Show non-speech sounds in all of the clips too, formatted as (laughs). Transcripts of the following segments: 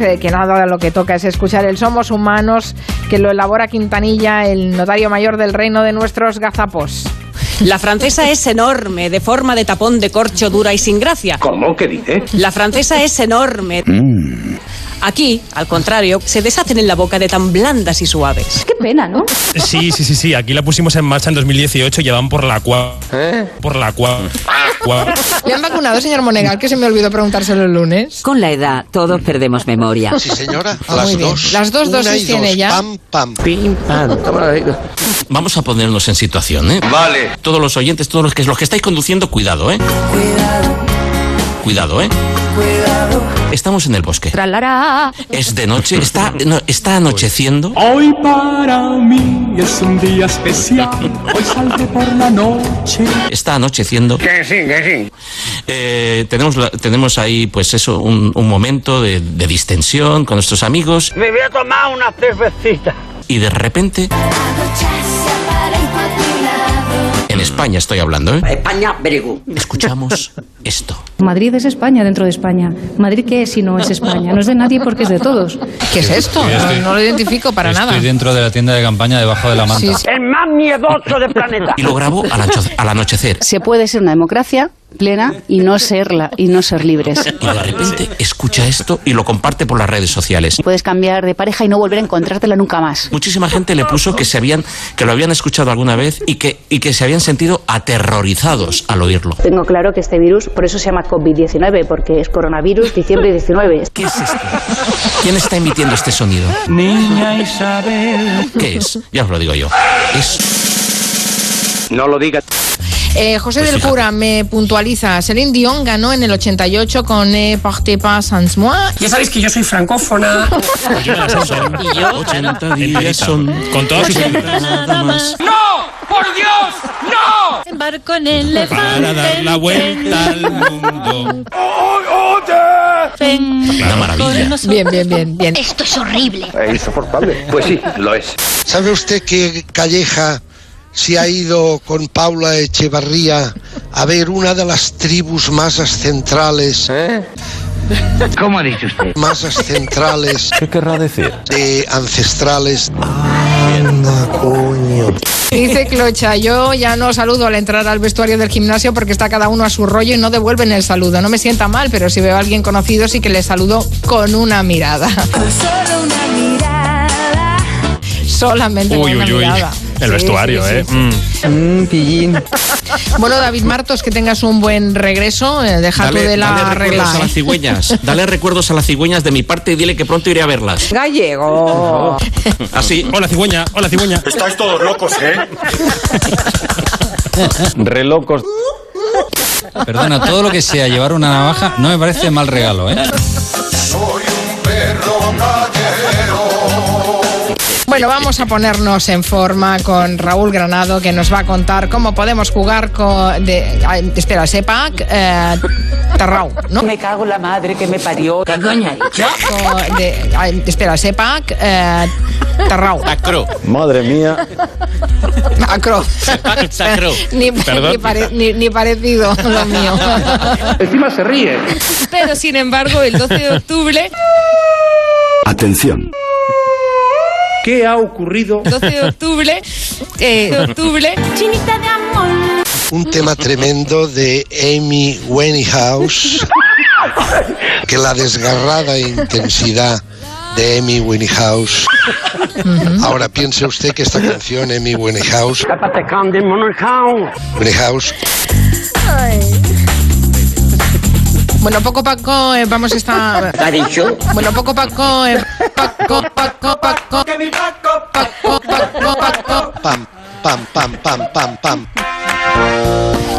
Eh, que nada lo que toca es escuchar el Somos Humanos, que lo elabora Quintanilla, el notario mayor del reino de nuestros gazapos. La francesa es enorme, de forma de tapón de corcho dura y sin gracia. ¿Cómo? ¿Qué dice? La francesa es enorme. Aquí, al contrario, se deshacen en la boca de tan blandas y suaves. Qué pena, ¿no? Sí, sí, sí, sí. Aquí la pusimos en marcha en 2018 y ya van por la cua. Por la cua. cua- ¿Le han vacunado, señor Monegal? Que se me olvidó preguntárselo el lunes. Con la edad, todos perdemos memoria. Sí, señora, Ah, las muy bien. dos. Las dos Una dosis y tiene dos. ya. Pam, pam. Vamos a ponernos en situación, ¿eh? Vale. Todos los oyentes, todos los que, los que estáis conduciendo, cuidado, ¿eh? Cuidado. Cuidado, ¿eh? Estamos en el bosque. Tralará. Es de noche, está, no, está anocheciendo. Hoy para mí es un día (laughs) especial. Hoy saldré por la noche. Está anocheciendo. Que sí, que sí. Eh, tenemos, la- tenemos ahí, pues eso, un, un momento de, de distensión con nuestros amigos. Me voy a tomar unas cervecitas. Y de repente. En España estoy hablando, ¿eh? España, Berigú. Escuchamos esto. Madrid es España dentro de España. Madrid qué es si no es España. No es de nadie porque es de todos. ¿Qué es esto? Yo No, estoy- no lo identifico para nada. dentro de la tienda de campaña debajo de la manta. Sí, sí. El más miedoso del (laughs) planeta. Y lo grabo al, ancho- al anochecer. se puede ser una democracia plena y no serla y no ser libres. Y de repente escucha esto y lo comparte por las redes sociales. Puedes cambiar de pareja y no volver a encontrártela nunca más. Muchísima gente le puso que se habían que lo habían escuchado alguna vez y que y que se habían sentido aterrorizados al oírlo. Tengo claro que este virus, por eso se llama COVID-19, porque es coronavirus diciembre 19. ¿Qué es esto? ¿Quién está emitiendo este sonido? Niña Isabel. ¿Qué es? Ya os lo digo yo. Es No lo digas. Eh, José Pues del fíjate. Cura me puntualiza. Celine Dion ganó en el 88 con eh, Partez pas sans moi. Ya sabéis que yo soy francófona. Yo me la sé, son 80 días son- Con todas sus nada más. Embarco en elefante. Para dar la vuelta al mundo. Una maravilla. Bien, bien, bien, bien. Es insoportable. Pues sí, lo es. ¿Sabe usted que Calleja se ha ido con Paula Echevarría a ver una de las tribus más centrales? ¿Cómo ha dicho usted? Más centrales. ¿Qué querrá decir? De ancestrales. Dice Clocha, yo ya no saludo al entrar al vestuario del gimnasio porque está cada uno a su rollo y no devuelven el saludo. No me sienta mal, pero si veo a alguien conocido sí que le saludo con una mirada. Solamente Uy, con una uy, uy. mirada. El Sí, vestuario, sí, sí, ¿eh? sí. Mm. Bueno, David Martos, que tengas un buen regreso. Eh, Deja tú de la regla. recuerdos a las ¿eh? cigüeñas. Dale recuerdos a las cigüeñas de mi parte y dile que pronto iré a verlas. Gallego. Así. Hola, cigüeña. Hola, cigüeña. Estáis todos locos, (laughs) ¿eh? Relocos. Perdona, todo lo que sea llevar una navaja no me parece mal regalo, ¿eh? Bueno, vamos a ponernos en forma con Raúl Granado, que nos va a contar cómo podemos jugar con. De, ay, espera, Sepac. Eh, Tarrau, ¿no? Me cago en la madre que me parió. Co- de- ay, espera, Sepac. Eh, Tarrau. Acro. Madre mía. (laughs) Acro. Sepac, sacro. Ni, ni pare- ni- ni parecido lo mío. (laughs) Encima se ríe. Pero sin embargo, el 12 de octubre, Atención. ¿Qué ha ocurrido? 12 de octubre, eh, de octubre. Chinita de amor. Un tema tremendo de Amy Winehouse. Que la desgarrada intensidad de Amy Winehouse. Ahora piense usted que esta canción, Amy Winehouse, Winehouse Bueno, poco Paco, eh, vamos a estar. ¿Ha dicho? Bueno, poco Paco, eh, Paco, Paco, Paco. Paco, Paco, Paco. Pam, pam, pam, pam, pam, pam.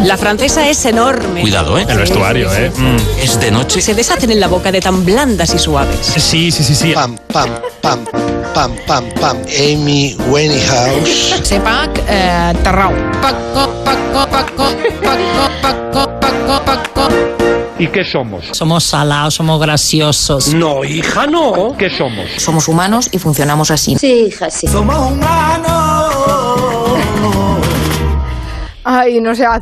La francesa es enorme. Cuidado, ¿eh? El vestuario, ¿eh? Mm. Es de noche. Se deshacen en la boca de tan blandas y suaves. Sí, sí, sí, sí. Pam, pam, pam, pam, pam, pam. Amy Winehouse. Sepac, eh, Tarrau. Paco, Paco, Paco, Paco, Paco, Paco, Paco. ¿Y qué somos? Somos salados, somos graciosos. No, hija, no. ¿Qué somos? Somos humanos y funcionamos así. Sí, hija, sí. Ay, no sé,